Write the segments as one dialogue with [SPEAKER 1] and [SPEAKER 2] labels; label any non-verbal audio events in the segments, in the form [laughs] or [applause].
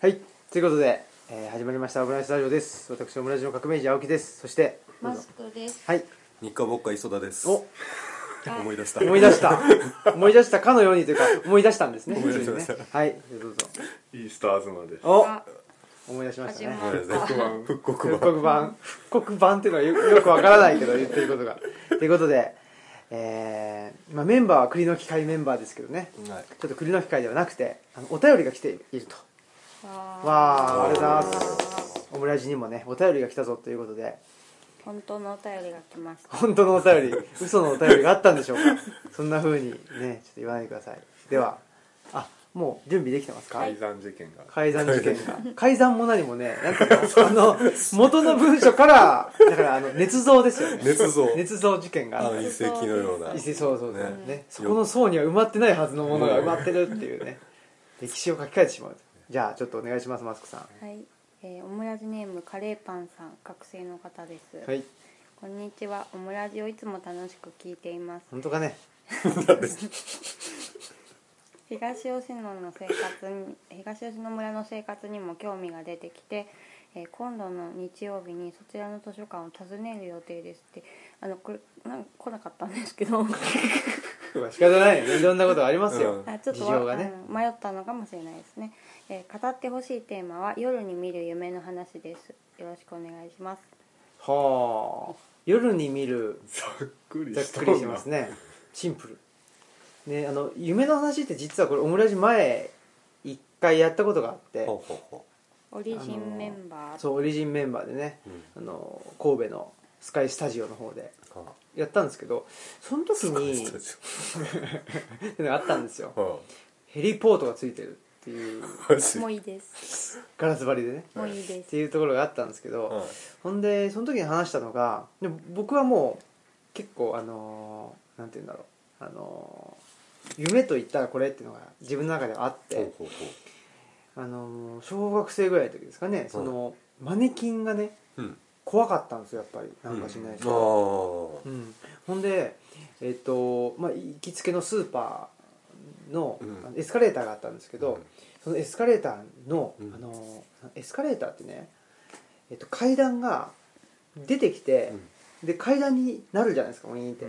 [SPEAKER 1] はい、ということで、えー始まりましたオムライスタジオです。私オムラジの革命児青木です。そして、どう
[SPEAKER 2] マ
[SPEAKER 1] ぞ
[SPEAKER 2] スクです。
[SPEAKER 1] はい、
[SPEAKER 3] 日課ぼっか磯田です
[SPEAKER 1] お、
[SPEAKER 3] 思い出した
[SPEAKER 1] 思い出
[SPEAKER 3] [laughs]
[SPEAKER 1] した、思い出したかのようにというか思い出したんですね。
[SPEAKER 3] 思い出しまし
[SPEAKER 1] 普通
[SPEAKER 3] た
[SPEAKER 1] にねはい、どうぞ。
[SPEAKER 4] イースターズまで
[SPEAKER 2] あ
[SPEAKER 1] お、思い出しましたね
[SPEAKER 2] 始。ま
[SPEAKER 3] 思い出した
[SPEAKER 4] 復版
[SPEAKER 3] 復刻
[SPEAKER 1] 復
[SPEAKER 3] 版
[SPEAKER 1] 刻版、復刻版っていうのはよよくわからないけど言ってることが。ということで、えーまあメンバーは栗の機会メンバーですけどね。
[SPEAKER 3] はい
[SPEAKER 1] ちょっと栗の機会ではなくて、あのお便りが来ていると。
[SPEAKER 2] わ
[SPEAKER 1] わー、あ
[SPEAKER 3] わー
[SPEAKER 1] りがとうございます。オムラジにもね、お便りが来たぞということで。
[SPEAKER 2] ー本当のお便りが来ました。
[SPEAKER 1] 本当のお便り嘘のお便りがあったんでしょうかそんな風にねちょっと言わないでくださいではあもう準備できてますか、
[SPEAKER 4] 改ざん事件が
[SPEAKER 1] 改ざん事件が改ざんも何もねなんて [laughs] いうのあの元の文書からだからあの捏造ですよね
[SPEAKER 3] 捏造
[SPEAKER 1] 捏造事件が
[SPEAKER 3] あ
[SPEAKER 1] あっ
[SPEAKER 3] の
[SPEAKER 1] た
[SPEAKER 3] 遺跡のような
[SPEAKER 1] 伊勢そうそうそうね
[SPEAKER 3] ね
[SPEAKER 1] そこの層には埋まってないはずのものが埋まってるっていうね歴史を書き換えてしまうじゃあちょっとお願いしますマスクさん
[SPEAKER 2] はい、えーオムラジネームカレーパンさん、学生の方です。
[SPEAKER 1] はい
[SPEAKER 2] こんにちは、オムラジをいつも楽しく聞いています。
[SPEAKER 1] 本当かね [laughs]
[SPEAKER 2] 東吉野の生活に、東吉野村の生活にも興味が出てきて。えー今度の日曜日にそちらの図書館を訪ねる予定ですってあのこれなんか来なかったんですけど
[SPEAKER 1] 仕方ないよねいろんなことありますよ、
[SPEAKER 3] うん
[SPEAKER 2] あちょっと
[SPEAKER 1] 事情がね
[SPEAKER 2] あの迷ったのかもしれないですね、えー語ってほしいテーマは夜に見る夢の話ですよろしくお願いします
[SPEAKER 1] はあ夜に見る
[SPEAKER 4] ざっくり
[SPEAKER 1] ざっ
[SPEAKER 4] した
[SPEAKER 1] くりしてますねシンプルねあの夢の話って実はこれオムラジ前一回やったことがあって
[SPEAKER 3] ほうほうほ
[SPEAKER 2] オリジンメンバー
[SPEAKER 1] そうオリジンメンバーでね
[SPEAKER 3] ううん
[SPEAKER 1] あの神戸のスカイスタジオの方で
[SPEAKER 3] あ
[SPEAKER 1] やったんですけどその時に
[SPEAKER 3] スタジ
[SPEAKER 1] っていうのがあったんですよ
[SPEAKER 3] オは
[SPEAKER 1] ヘリポートがついてるっていう
[SPEAKER 3] あマジ
[SPEAKER 2] もういいです
[SPEAKER 1] ガラス張りでね
[SPEAKER 2] もういいで
[SPEAKER 1] っ
[SPEAKER 2] す
[SPEAKER 1] ていうところがあったんですけど、
[SPEAKER 3] はい
[SPEAKER 1] ほんでその時に話したのがで僕はもう結構あのーなんて言うんだろうあのー夢と言ったらこれっていうのが自分の中ではあっ
[SPEAKER 3] ほう
[SPEAKER 1] て、
[SPEAKER 3] ほう
[SPEAKER 1] あのー小学生ぐらいの時ですかねその、マネキンがね
[SPEAKER 3] ほううん
[SPEAKER 1] 怖かったんですよやっぱりなんかしない
[SPEAKER 3] ああ
[SPEAKER 1] と、うんほんでえっ、と、まあ、行きつけのスーパーの,、
[SPEAKER 3] うん
[SPEAKER 1] あのエスカレーターがあったんですけど、
[SPEAKER 3] うん
[SPEAKER 1] そのエスカレーターの,、
[SPEAKER 3] うん
[SPEAKER 1] あのーエスカレーターってね、えっと、階段が出てきて、で階段になるじゃないですかウィーンって、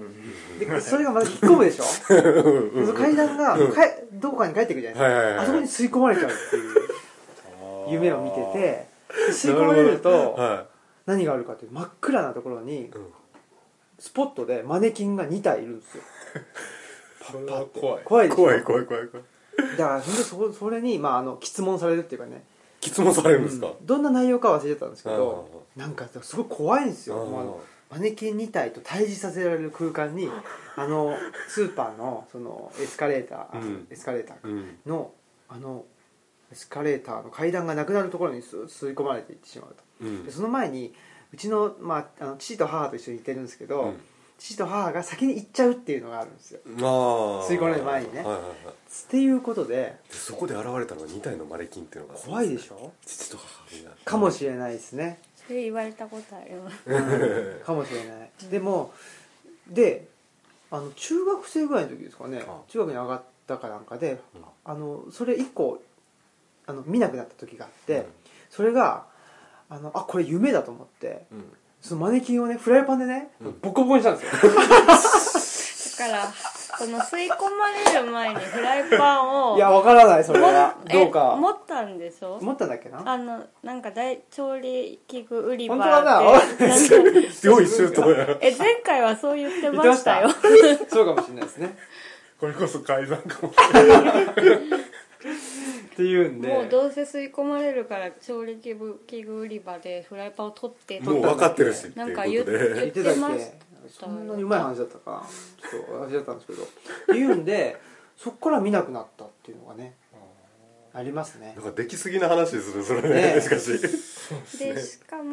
[SPEAKER 1] でそれがまた引っ込むでしょ
[SPEAKER 3] [laughs]
[SPEAKER 1] その階段がかえどこかに帰ってくるじゃないですか、
[SPEAKER 3] はいはいはい
[SPEAKER 1] あそこに吸い込まれちゃうっていう夢を見ててで吸い込まれる
[SPEAKER 3] なほど
[SPEAKER 1] と
[SPEAKER 3] は
[SPEAKER 1] 何があるかというと真っ暗なところに
[SPEAKER 3] いうん
[SPEAKER 1] スポットでマネキンが2体いるんですよ
[SPEAKER 4] それは怖い
[SPEAKER 1] 怖いでしょ
[SPEAKER 3] 怖い怖い怖い怖い
[SPEAKER 1] だからほんとそこそれに、まあ、あの質問されるっていうかね、
[SPEAKER 3] 質問されるん
[SPEAKER 1] う
[SPEAKER 3] ですか
[SPEAKER 1] んどんな内容か忘れてたんですけどなんかすごい怖いんですよもうあの
[SPEAKER 3] あ
[SPEAKER 1] マネキン2体と対峙させられる空間にあのスーパーのそのエスカレーター、
[SPEAKER 3] うん
[SPEAKER 1] エスカレーターか
[SPEAKER 3] あうん
[SPEAKER 1] のあのエスカレーターの階段がなくなるところにす吸い込まれていってしまう
[SPEAKER 3] う
[SPEAKER 1] と
[SPEAKER 3] ん
[SPEAKER 1] でその前にうちの,、まあ、あの父と母と一緒にいてるんですけど、
[SPEAKER 3] うん
[SPEAKER 1] 父と母が先に行っちゃうっていうのがあるんですよ
[SPEAKER 3] ああ
[SPEAKER 1] 吸い込まれる前にね
[SPEAKER 3] はいはいはい
[SPEAKER 1] っていうことで
[SPEAKER 3] でそこで現れたのが2体のマレキンっていうのが
[SPEAKER 1] 怖いでしょ
[SPEAKER 3] 父と母親が
[SPEAKER 1] かもしれないですね、
[SPEAKER 2] それ言われたことあります
[SPEAKER 1] うんかもしれないでもであの中学生ぐらいの時ですかね
[SPEAKER 3] あ
[SPEAKER 1] 中学に上がったかなんかで
[SPEAKER 3] [laughs] うん
[SPEAKER 1] あのそれ以降あの見なくなった時があって、
[SPEAKER 3] うん
[SPEAKER 1] それがあのあこれ夢だと思って
[SPEAKER 3] うん
[SPEAKER 1] そのマネキンをねフライパンでね、
[SPEAKER 3] うん
[SPEAKER 1] ボコボコにしたんですよ
[SPEAKER 2] だからその吸い込まれる前にフライパンを
[SPEAKER 1] いやわからないそれは
[SPEAKER 2] え
[SPEAKER 1] どうか
[SPEAKER 2] 持ったんでしょ
[SPEAKER 1] 思ったんだっけな
[SPEAKER 2] あのなんか大調理器具売り場
[SPEAKER 1] 本当は
[SPEAKER 2] でなんか
[SPEAKER 3] [laughs] 用意周到や
[SPEAKER 2] え前回はそう言ってましたよ
[SPEAKER 1] 言っそうかもしれないですね
[SPEAKER 4] これこそ改ざんかも
[SPEAKER 1] っていうんで
[SPEAKER 2] もうどうせ吸い込まれるから調理器具器具売り場でフライパンを取って
[SPEAKER 3] もう分かってるしって
[SPEAKER 2] ないん
[SPEAKER 3] う
[SPEAKER 2] か
[SPEAKER 3] こ
[SPEAKER 2] 言
[SPEAKER 3] とで
[SPEAKER 1] 言ってたっ
[SPEAKER 2] 言ってまし
[SPEAKER 1] けそんなにうまい話だったかちょっと私だったんですけどっていうんでそこから見なくなったっていうのがねありますね
[SPEAKER 3] なんかできすぎな話ですねそれ
[SPEAKER 1] ね
[SPEAKER 3] ねし
[SPEAKER 1] [laughs]
[SPEAKER 3] かし
[SPEAKER 2] でしかも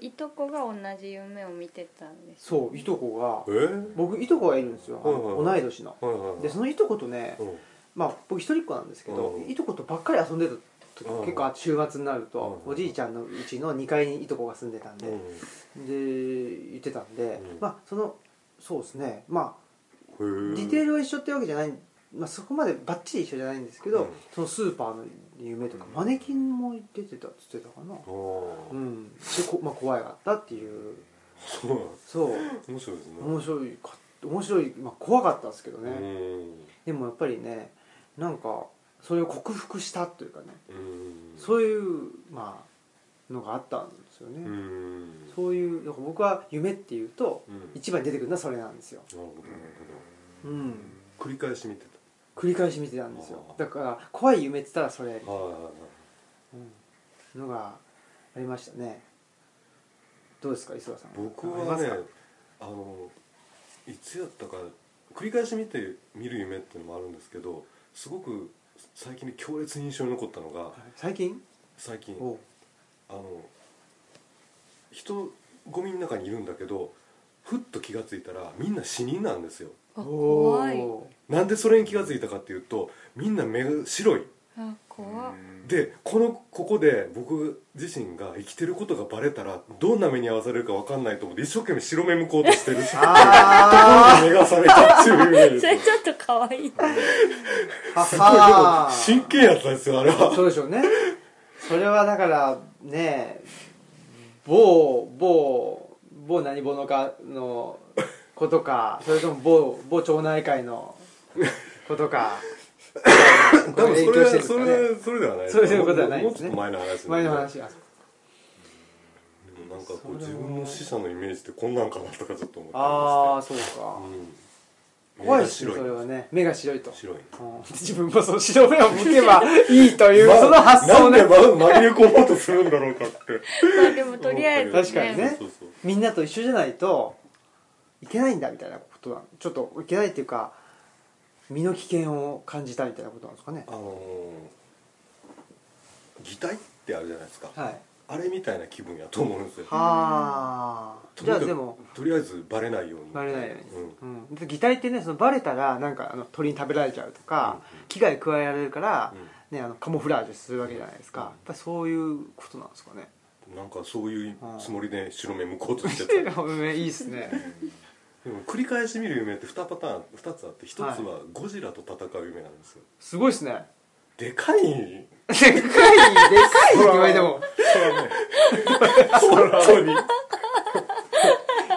[SPEAKER 2] いとこが同じ夢を見てたんです
[SPEAKER 1] そういとこ
[SPEAKER 3] え
[SPEAKER 1] が僕いとこがいるんですよ、あの
[SPEAKER 3] うんうん
[SPEAKER 1] 同い年の
[SPEAKER 3] はいはいはい
[SPEAKER 1] でそのいとことね、
[SPEAKER 3] うん
[SPEAKER 1] まあ、僕一人っ子なんですけど、
[SPEAKER 3] うん
[SPEAKER 1] いとことばっかり遊んでた時、
[SPEAKER 3] うん
[SPEAKER 1] 結構週末になると、
[SPEAKER 3] うん
[SPEAKER 1] おじいちゃんのうちの2階にいとこが住んでたんで、で言ってたんで、
[SPEAKER 3] うん
[SPEAKER 1] まあそのそうですねまあ
[SPEAKER 3] うんへ
[SPEAKER 1] デ
[SPEAKER 3] え
[SPEAKER 1] ィテールは一緒ってわけじゃないんまあ、そこまでばっちり一緒じゃないんですけど、
[SPEAKER 3] うん
[SPEAKER 1] そのスーパーの夢とか、
[SPEAKER 4] うん
[SPEAKER 1] マネキンも出てたっつってたかな、
[SPEAKER 3] おお
[SPEAKER 1] う
[SPEAKER 3] ー、
[SPEAKER 1] んでこまあ、怖いかったっていう
[SPEAKER 3] そうなんです
[SPEAKER 1] そう
[SPEAKER 3] 面白いですね
[SPEAKER 1] 面白いか面白い、まあ、怖かったんですけどね、
[SPEAKER 3] うん
[SPEAKER 1] でもやっぱりねなんかそれを克服したというかね
[SPEAKER 3] うん
[SPEAKER 1] そういうまあのがあったんですよね、
[SPEAKER 3] うん
[SPEAKER 1] そういうだから僕は夢っていうと
[SPEAKER 3] うん
[SPEAKER 1] 一番に出てくるのはそれなんですよ、
[SPEAKER 3] なるほどなる
[SPEAKER 1] うん、
[SPEAKER 3] ほど繰り返し見て
[SPEAKER 1] 繰り返し見てたんですよ
[SPEAKER 3] あー
[SPEAKER 1] だから怖い夢って言ったらそれ
[SPEAKER 3] たはいはいはい
[SPEAKER 1] うんのがありましたねどうですか磯田さん
[SPEAKER 3] 僕
[SPEAKER 1] あ
[SPEAKER 3] は
[SPEAKER 1] り
[SPEAKER 3] ね
[SPEAKER 1] ますか
[SPEAKER 3] あのいつやったか繰り返し見て見る夢っていうのもあるんですけどすごく最近で強烈に印象に残ったのが
[SPEAKER 1] はい最近
[SPEAKER 3] 最近
[SPEAKER 1] おう
[SPEAKER 3] あの人混みの中にいるんだけどふっと気がついたらみんな死人なんですよ
[SPEAKER 2] あ怖い
[SPEAKER 1] お
[SPEAKER 3] なんでそれに気がついたかっていうとみんな目が白い
[SPEAKER 2] あ怖っ
[SPEAKER 3] でこのここで僕自身が生きてることがバレたらどんな目に遭わされるか分かんないと思って一生懸命白目向こうとしてる
[SPEAKER 1] [laughs]
[SPEAKER 3] し
[SPEAKER 1] あ
[SPEAKER 3] 目が覚めたっていう夢です
[SPEAKER 2] それちょっと可愛い
[SPEAKER 1] あは
[SPEAKER 3] すごいで
[SPEAKER 1] は
[SPEAKER 3] も真剣やったんですよあれは
[SPEAKER 1] そうでしょうねそれはだからね某某某何者かのことかそれとも某某町内会のこと
[SPEAKER 3] [laughs]
[SPEAKER 1] か
[SPEAKER 3] 多分そ
[SPEAKER 1] 影響
[SPEAKER 3] れ
[SPEAKER 1] して
[SPEAKER 3] は
[SPEAKER 1] るんですかね
[SPEAKER 3] それそれではない
[SPEAKER 1] それではことはないですね
[SPEAKER 3] もうもうちょっと前の話ですね
[SPEAKER 1] 前の話あ
[SPEAKER 3] でもなんかこ
[SPEAKER 1] そうれは
[SPEAKER 3] 自分の死者のイメージってこんなんかなとかちょっと思って
[SPEAKER 1] あ
[SPEAKER 3] ま
[SPEAKER 1] ーそうか、
[SPEAKER 3] した
[SPEAKER 1] 怖いですね
[SPEAKER 3] 白い
[SPEAKER 1] それはね目が白いと
[SPEAKER 3] 白い
[SPEAKER 1] うん自分もその白目を向けばいいというその発想
[SPEAKER 3] なん
[SPEAKER 1] ね
[SPEAKER 3] でま紛れ込もうとするんだろうかって
[SPEAKER 2] まあでもとりあえず、ね、
[SPEAKER 1] 確かにね
[SPEAKER 3] そうそう
[SPEAKER 1] みんなと一緒じゃないといけないんだみたいなことなのちょっといけないっていうか身の危険を感じたみたいなことなんですかね
[SPEAKER 3] あのー擬態ってあるじゃないですか
[SPEAKER 1] はい
[SPEAKER 3] あれみたいな気分やと思うんですよ
[SPEAKER 1] はあ
[SPEAKER 3] とに
[SPEAKER 1] じゃ
[SPEAKER 3] か
[SPEAKER 1] あ
[SPEAKER 3] く
[SPEAKER 1] でも
[SPEAKER 3] とりあえずバレないように
[SPEAKER 1] バレないよ
[SPEAKER 3] う
[SPEAKER 1] うに、うんで擬態ってねそのバレたらなんかあの鳥に食べられちゃうとか、
[SPEAKER 3] うんうん
[SPEAKER 1] 危害加えられるから
[SPEAKER 3] ん、うん
[SPEAKER 1] ね、あのカモフラージュするわけじゃないですか、
[SPEAKER 3] うん
[SPEAKER 1] やっぱりそういうことなんですかね
[SPEAKER 3] なんかそういうつもりで白目向こうとしてた [laughs]
[SPEAKER 1] [laughs]
[SPEAKER 3] で
[SPEAKER 1] いいっすね
[SPEAKER 3] も繰り返し見る夢って2パターン2つあって1つ
[SPEAKER 1] はい
[SPEAKER 3] はゴジラと戦う夢なんですよ、
[SPEAKER 1] すごいっすね
[SPEAKER 3] でかい
[SPEAKER 1] [laughs]
[SPEAKER 3] [laughs]
[SPEAKER 1] でかいでかいって言われても
[SPEAKER 4] それはね
[SPEAKER 3] 本当に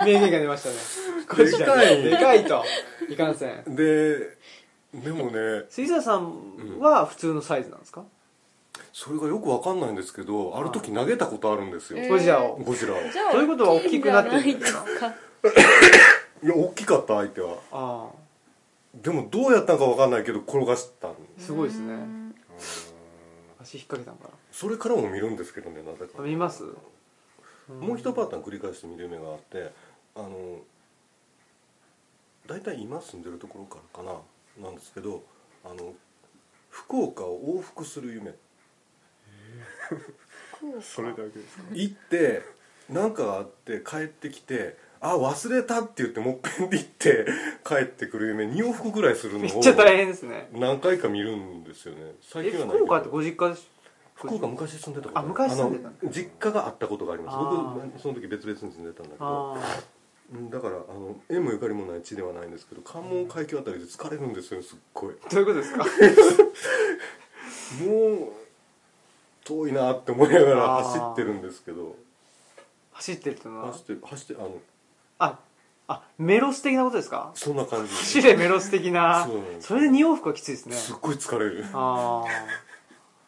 [SPEAKER 1] 名言が出ましたね
[SPEAKER 3] でかい
[SPEAKER 1] でかいといかんせん
[SPEAKER 3] ででもね
[SPEAKER 1] 杉田さんは普通のサイズなんですか、
[SPEAKER 3] それがよくわかんないんですけどある時投げたことあるんですよ、
[SPEAKER 2] え
[SPEAKER 1] ゴジラを
[SPEAKER 3] ゴジラをい
[SPEAKER 2] じゃあ
[SPEAKER 1] ということは大きくなってる
[SPEAKER 2] 大きいんじゃないですか
[SPEAKER 3] や大きかった相手は
[SPEAKER 1] あ
[SPEAKER 3] でもどうやったのかわかんないけど転がしたん
[SPEAKER 1] あすごいですね
[SPEAKER 2] うん
[SPEAKER 1] 足引っ掛けたんか
[SPEAKER 3] それからも見るんですけどねなぜか
[SPEAKER 1] な見ます
[SPEAKER 3] もう一パターン繰り返して見る夢があってあの大体今住んでるところからかななんですけどあの福岡を往復する夢
[SPEAKER 4] それだけですか
[SPEAKER 3] 行ってなんかあって帰ってきてあ忘れたって言ってもっぺんで行って帰ってくる夢2往復ぐらいするの
[SPEAKER 1] めっ
[SPEAKER 3] を
[SPEAKER 1] ちゃ大変ですね
[SPEAKER 3] 何回か見るんですよね
[SPEAKER 1] え
[SPEAKER 3] 最近はないけ
[SPEAKER 1] 福
[SPEAKER 3] ど
[SPEAKER 1] 岡ってご実家でし
[SPEAKER 3] 福岡昔住んでたこと
[SPEAKER 1] あ昔住んでた
[SPEAKER 3] あの実家があったことがあります
[SPEAKER 1] あ
[SPEAKER 3] 僕その時別々に住んでたんだけど
[SPEAKER 1] ああ
[SPEAKER 3] うんだからあの縁もゆかりもない地ではないんですけど関門海峡あたりで疲れるんですよねすっごい
[SPEAKER 1] どういうことですか
[SPEAKER 3] もう遠いなって思いながら
[SPEAKER 1] あー
[SPEAKER 3] 走ってるんですけど
[SPEAKER 1] 走ってるってのは
[SPEAKER 3] 走って走ってあの
[SPEAKER 1] ああメロス的なことですか
[SPEAKER 3] そんな感じ
[SPEAKER 1] 走れメロス的な
[SPEAKER 3] そうなんです
[SPEAKER 1] それで2往復はきついですね
[SPEAKER 3] すっごい疲れる
[SPEAKER 1] ああ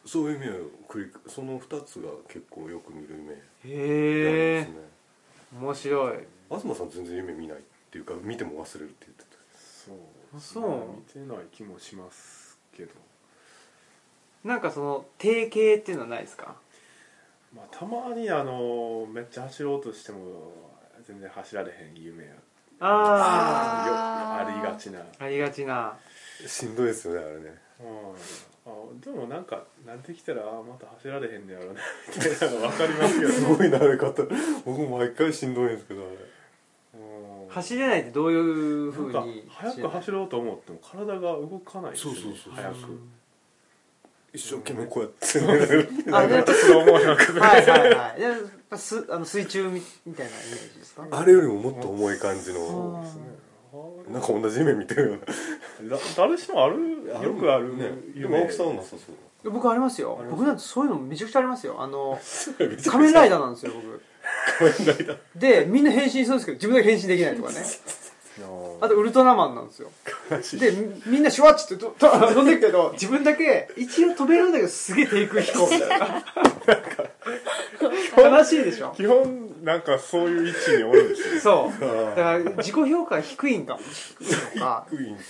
[SPEAKER 3] そういう夢を繰りその2つが結構よく見る夢なん
[SPEAKER 1] へ
[SPEAKER 3] で
[SPEAKER 1] え
[SPEAKER 3] すね、
[SPEAKER 1] 面白い
[SPEAKER 3] 東さん全然夢見ないっていうか見ても忘れるって言ってた
[SPEAKER 4] そう
[SPEAKER 1] そう
[SPEAKER 4] 見てない気もしますけど
[SPEAKER 1] なんかその定型っていうのはないですか
[SPEAKER 4] まあたまにあのめっちゃ走ろうとしても全然走られへん夢や
[SPEAKER 1] あ
[SPEAKER 2] ー
[SPEAKER 4] よありがちな
[SPEAKER 1] あありがちな
[SPEAKER 3] しんどいですよねあれね
[SPEAKER 4] うんあでもなんかなってきたらあまた走られへんねやろなみたいなの分かりますけど
[SPEAKER 3] す [laughs] ごい慣れ方僕毎回しんどいんですけどあれ
[SPEAKER 4] うん
[SPEAKER 1] 走れないってどういうふう
[SPEAKER 4] なんか
[SPEAKER 1] に
[SPEAKER 4] 早く走ろうと思っても体が動かないですよね
[SPEAKER 3] そうそうそう
[SPEAKER 4] 早く
[SPEAKER 3] 一生懸命こうやって寝る
[SPEAKER 1] あで
[SPEAKER 4] スローモーションか
[SPEAKER 1] はいはいはい [laughs] でやっぱすあの水中みみたいなイメージですか
[SPEAKER 3] あれよりももっと重い感じの
[SPEAKER 1] そう
[SPEAKER 4] ですねあ
[SPEAKER 3] なんか同じ夢見てるよう
[SPEAKER 4] れだ誰しもある
[SPEAKER 3] な
[SPEAKER 4] よくある
[SPEAKER 3] ね
[SPEAKER 4] 夢
[SPEAKER 3] でも青木さんはなさそう
[SPEAKER 1] 僕ありますよ
[SPEAKER 4] あります
[SPEAKER 1] 僕なんてそういうのめちゃくちゃありますよあの
[SPEAKER 3] 仮面
[SPEAKER 1] 仮面ライダーなんですよ僕
[SPEAKER 3] ライダー
[SPEAKER 1] でみんな変身するんですけど自分だけ変身できないとかねあとウルトラマンなんですよでみみんなシュワッチってとと飛んでるけど自分だけ一応飛べるんだけどすげえ低空飛行みたいな悲しいでしょ
[SPEAKER 4] 基本なんかそういう位置におるん
[SPEAKER 3] [laughs]
[SPEAKER 4] ですよ
[SPEAKER 1] そうだから自己評価が低いんかも低いのか
[SPEAKER 3] 低いんか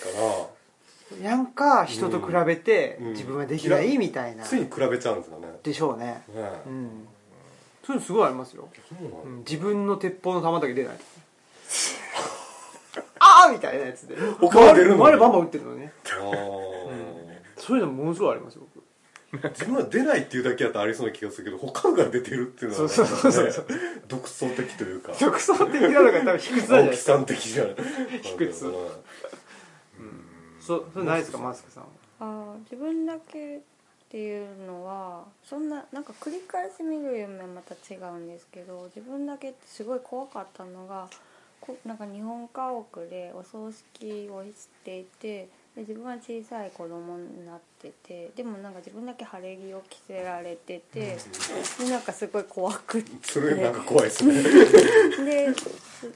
[SPEAKER 3] な
[SPEAKER 1] なんか人と比べて
[SPEAKER 3] うん
[SPEAKER 1] 自分はできないみたいな
[SPEAKER 3] ついに比べちゃうんですよね
[SPEAKER 1] でしょうね
[SPEAKER 3] ね
[SPEAKER 1] うんそういうのすごいありますよ、
[SPEAKER 3] そうなの
[SPEAKER 1] うん自分の鉄砲の弾だけ出ないああみたいなやつで
[SPEAKER 3] 他は出るのに
[SPEAKER 1] 我バンバン撃ってるのね
[SPEAKER 3] あ
[SPEAKER 1] そういうのものすごいありますよ僕
[SPEAKER 3] ー自分は出ないっていうだけだとありそうな気がするけど他が出てるっていうのはなん
[SPEAKER 1] そうそう
[SPEAKER 3] か
[SPEAKER 1] そう
[SPEAKER 3] ね
[SPEAKER 1] そう
[SPEAKER 3] 独創的というか
[SPEAKER 1] 独創的なのが多分卑屈なんじゃない
[SPEAKER 3] 青
[SPEAKER 1] で
[SPEAKER 3] 木
[SPEAKER 1] すか
[SPEAKER 3] さん的じゃない
[SPEAKER 1] [laughs] 卑屈
[SPEAKER 3] なんだろう
[SPEAKER 1] そうそれないですかマスクさんは
[SPEAKER 2] あー自分だけっていうのはそんななんか繰り返し見る夢はまた違うんですけど自分だけってすごい怖かったのがこなんか日本家屋でお葬式をしていてで自分は小さい子供になっててでもなんか自分だけ晴れ着を着せられててでなんかすごい怖くって
[SPEAKER 3] なそれなんか怖いですね
[SPEAKER 2] で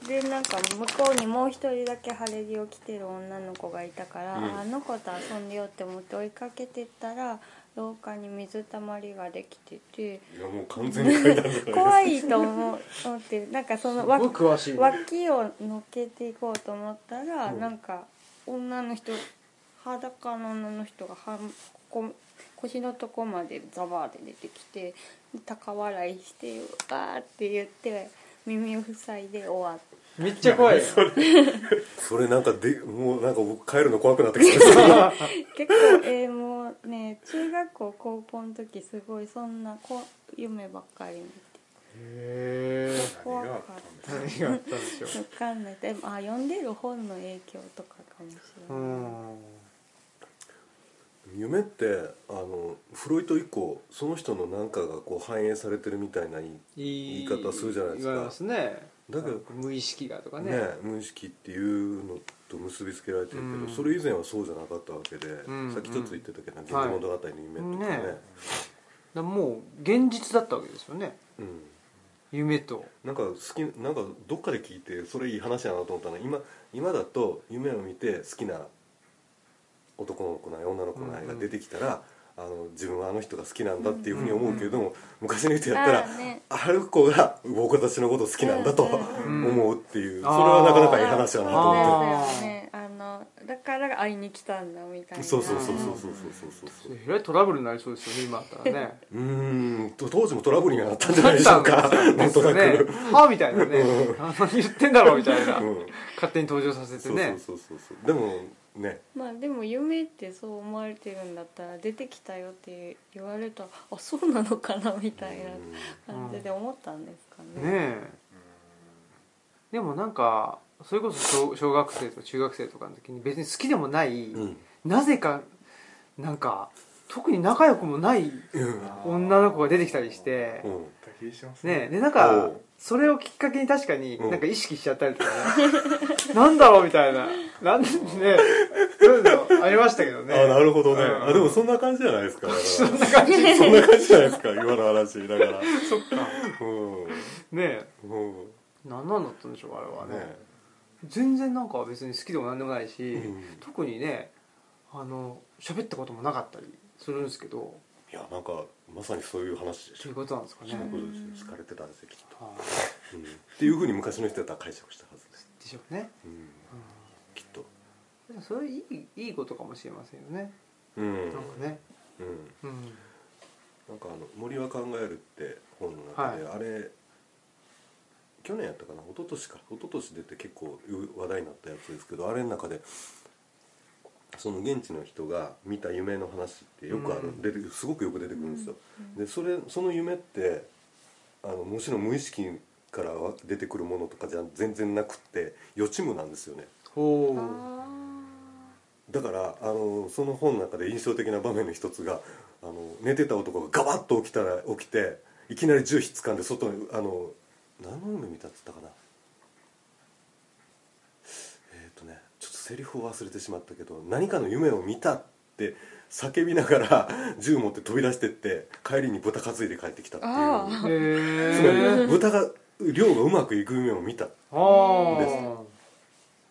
[SPEAKER 2] でなんか向こうにもう一人だけ晴れ着を着てる女の子がいたから、
[SPEAKER 3] うん
[SPEAKER 2] あの子と遊んでよって思って追いかけてったら廊下に水たまりができてて
[SPEAKER 3] いやもう完全に階段だから
[SPEAKER 2] 怖いと思う思ってなんかそのわ
[SPEAKER 1] 僕詳しいね
[SPEAKER 2] 脇をのっけていこうと思ったら、
[SPEAKER 3] うん
[SPEAKER 2] なんか女の人裸の女の人がはんここ腰のとこまでザバーで出てきて高笑いして「わー」って言って耳を塞いで終わっ
[SPEAKER 1] めっちゃ怖いよ
[SPEAKER 3] それなんかでもうなんか僕帰るの怖くなってきました
[SPEAKER 2] 結構えーもうね中学校高校の時すごいそんなこ夢ばっかり見
[SPEAKER 1] へ
[SPEAKER 2] て怖かった
[SPEAKER 1] 何があったんでしょ
[SPEAKER 2] わかんないでもあ読んでる本の影響とかかもし
[SPEAKER 1] う
[SPEAKER 2] れない、
[SPEAKER 1] ん
[SPEAKER 3] 夢ってあのフロイト以降その人の何かがこう反映されてるみたいなに
[SPEAKER 1] い
[SPEAKER 3] 言い方するじゃないですか
[SPEAKER 1] 言われますね
[SPEAKER 3] だけ
[SPEAKER 1] な
[SPEAKER 3] ど
[SPEAKER 1] んか無意識がとかね
[SPEAKER 3] ね無意識っていうのと結びつけられてるけど、
[SPEAKER 1] うん
[SPEAKER 3] それ以前はそうじゃなかったわけで、
[SPEAKER 1] ん
[SPEAKER 3] さっきちょっと言ってたけど「
[SPEAKER 1] はい
[SPEAKER 3] 源氏物語」の夢とかね,、
[SPEAKER 1] ねだからもう現実だったわけですよね
[SPEAKER 3] うん、
[SPEAKER 1] 夢と
[SPEAKER 3] なんか好きなんかどっかで聞いてそれいい話だなと思ったのは今今だと夢を見て好きな男の子なり女の子なりが出てきたら、あの自分はあの人が好きなんだっていうふうに思うけれども、昔の人やったら
[SPEAKER 2] あーね
[SPEAKER 3] ある子が僕たちのこと好きなんだと
[SPEAKER 1] うんうん
[SPEAKER 3] 思うっていう、
[SPEAKER 1] ん
[SPEAKER 3] それはなかなかいい話だなと思って。
[SPEAKER 1] あー
[SPEAKER 2] そうですよねあのだから会いに来たんだみたいな
[SPEAKER 3] そうそうそうそうそうそうそうそう
[SPEAKER 1] えらいトラブルになりそうですよね今あったら [laughs] ね
[SPEAKER 3] うーんと当時もトラブルにはなったんじゃないでしょうかなんとなく、
[SPEAKER 1] ねあみたいな [laughs] ね何言ってんだろうみたいな
[SPEAKER 3] うん
[SPEAKER 1] 勝手に登場させて
[SPEAKER 3] そう
[SPEAKER 1] ね
[SPEAKER 3] そうそうそうでもね
[SPEAKER 2] まあでも夢ってそう思われてるんだったら出てきたよって言われたらあそうなのかなみたいな感じで思ったんですか
[SPEAKER 1] ね
[SPEAKER 2] ね。
[SPEAKER 1] えでもなんかそれこそ小小学生とか中学生とかの時に別に好きでもない
[SPEAKER 3] うん、うん
[SPEAKER 1] なぜかなんか特に仲良くもない女の子が出てきたりして
[SPEAKER 3] うん
[SPEAKER 4] た気します
[SPEAKER 1] ねえでなん
[SPEAKER 3] お
[SPEAKER 1] か
[SPEAKER 3] う
[SPEAKER 1] それをきっかけに確かに
[SPEAKER 3] うん
[SPEAKER 1] なんか意識しちゃったりとかね、なんだろうみたいななんでねそういうのありましたけどね
[SPEAKER 3] あなるほどね、
[SPEAKER 1] うん
[SPEAKER 3] あでもそんな感じじゃないですかだからそ
[SPEAKER 1] そんな感じ
[SPEAKER 3] んな感じじゃないですか今の話だから
[SPEAKER 1] そっか
[SPEAKER 3] うん
[SPEAKER 1] ね
[SPEAKER 3] うん
[SPEAKER 1] え何なんだったんでしょうあれはね
[SPEAKER 3] ね
[SPEAKER 1] 全然なんか別に好きでも何でもないし、
[SPEAKER 3] うん
[SPEAKER 1] 特にねあの喋ったこともなかったりするんですけど
[SPEAKER 3] いやなんかまさにそういう話でし
[SPEAKER 1] そういう
[SPEAKER 3] ょ
[SPEAKER 1] ことなんですかね、
[SPEAKER 3] そういうこ
[SPEAKER 1] はい
[SPEAKER 3] とですよ好かれてたんですよきっと、うん、っていうふうに昔の人だったら解釈したはずです、
[SPEAKER 1] でしょうね
[SPEAKER 3] うん、きっと
[SPEAKER 1] でもそれいいいいことかもしれませんよね
[SPEAKER 3] うん
[SPEAKER 1] なんかね
[SPEAKER 3] うん
[SPEAKER 1] うん
[SPEAKER 3] なんかあの「森は考える」って本の中で、あれ去年やったかな一昨年か一昨年出て結構話題になったやつですけどあれの中でその現地の人が見た夢の話ってよくある、
[SPEAKER 1] うん
[SPEAKER 3] 出てくるすごくよく出てくるんですよ。でそれその夢ってあのもちろん無意識からは出てくるものとかじゃ全然なくって予知夢なんですよね。
[SPEAKER 1] ほう
[SPEAKER 2] あ
[SPEAKER 3] だからあのその本の中で印象的な場面の一つがあの寝てた男がガバッと起きたら起きていきなり銃引っ掴んで外にあの何の夢見たっつったかなえっ、ー、とねセリフを忘れてしまったけど何かの夢を見たって叫びながら銃持って飛び出してって帰りに豚担いで帰ってきたって
[SPEAKER 2] あ
[SPEAKER 3] いう
[SPEAKER 2] あ
[SPEAKER 3] つま
[SPEAKER 1] へ
[SPEAKER 3] り豚が漁がうまくいく夢を見た
[SPEAKER 1] あー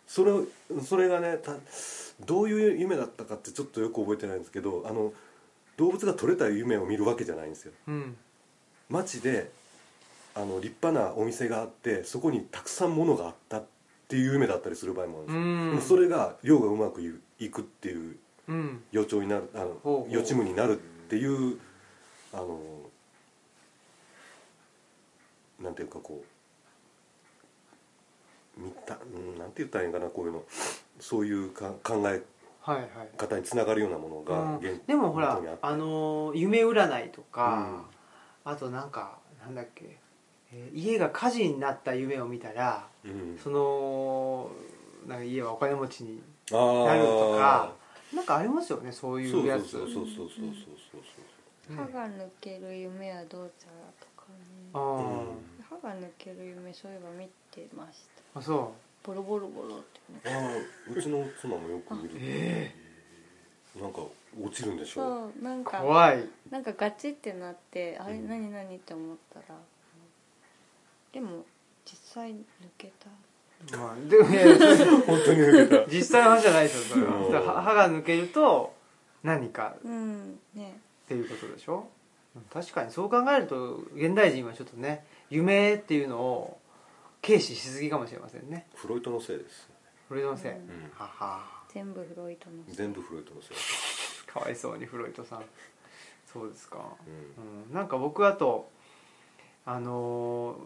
[SPEAKER 3] それをそれがねたどういう夢だったかってちょっとよく覚えてないんですけどあの動物が取れた夢を見るわけじゃないんですよ
[SPEAKER 1] うん
[SPEAKER 3] 街であの立派なお店があってそこにたくさん物があったっていう夢だったりする場合もあるんですよ
[SPEAKER 1] うん
[SPEAKER 3] でもそれが漁がうまくいくっていう
[SPEAKER 1] うん
[SPEAKER 3] 予兆になるあの
[SPEAKER 1] ほうほう
[SPEAKER 3] 予知夢になるっていうあのなんていうかこう見たうんなんて言ったらいいんかなこういうのそういうか考え
[SPEAKER 1] はいはい
[SPEAKER 3] 方につながるようなものが
[SPEAKER 1] うん
[SPEAKER 3] 現
[SPEAKER 1] でもほら
[SPEAKER 3] 本当にあった
[SPEAKER 1] あのー夢占いとか、あとなんかなんだっけ、えー家が火事になった夢を見たら
[SPEAKER 3] うん
[SPEAKER 1] そのなんか家はお金持ちに
[SPEAKER 3] あー
[SPEAKER 1] なるとかなんかありますよねそう
[SPEAKER 3] そう
[SPEAKER 1] い
[SPEAKER 3] そう
[SPEAKER 1] や
[SPEAKER 3] う
[SPEAKER 1] つ
[SPEAKER 3] そうそうそうそうそう
[SPEAKER 1] う
[SPEAKER 3] そう
[SPEAKER 1] ん
[SPEAKER 2] 歯が抜ける夢はどうちゃらとか
[SPEAKER 1] あ
[SPEAKER 2] ね
[SPEAKER 1] ー
[SPEAKER 2] 歯が抜ける夢そういえば見てました
[SPEAKER 1] あそ
[SPEAKER 2] ボロボロボロってね
[SPEAKER 3] あーうちの妻もよく見
[SPEAKER 1] う
[SPEAKER 3] る
[SPEAKER 1] え
[SPEAKER 3] なんか落ちるんでしょ
[SPEAKER 2] そうなん
[SPEAKER 1] え
[SPEAKER 2] か
[SPEAKER 1] 怖い
[SPEAKER 2] なんかガチってなってあれ
[SPEAKER 3] うん
[SPEAKER 2] 何何って思ったらでも実際抜けた
[SPEAKER 1] まあでもいやいや
[SPEAKER 3] 本当に抜けた
[SPEAKER 1] 実際の話じゃないですよそれは
[SPEAKER 3] うん
[SPEAKER 1] それは歯が抜けると何か
[SPEAKER 2] うんね
[SPEAKER 1] っていうことでしょ確かにそう考えると現代人はちょっとね夢っていうのを軽視しすぎかもしれませんね
[SPEAKER 3] フロイトのせいです、
[SPEAKER 1] フロイトのせい、
[SPEAKER 2] うん
[SPEAKER 3] うん
[SPEAKER 1] はは
[SPEAKER 2] 全部フロイトのせい
[SPEAKER 3] 全部フロイトのせい、
[SPEAKER 1] かわいそうにフロイトさんそうですか、
[SPEAKER 3] うん
[SPEAKER 1] うん、なんか僕あとあの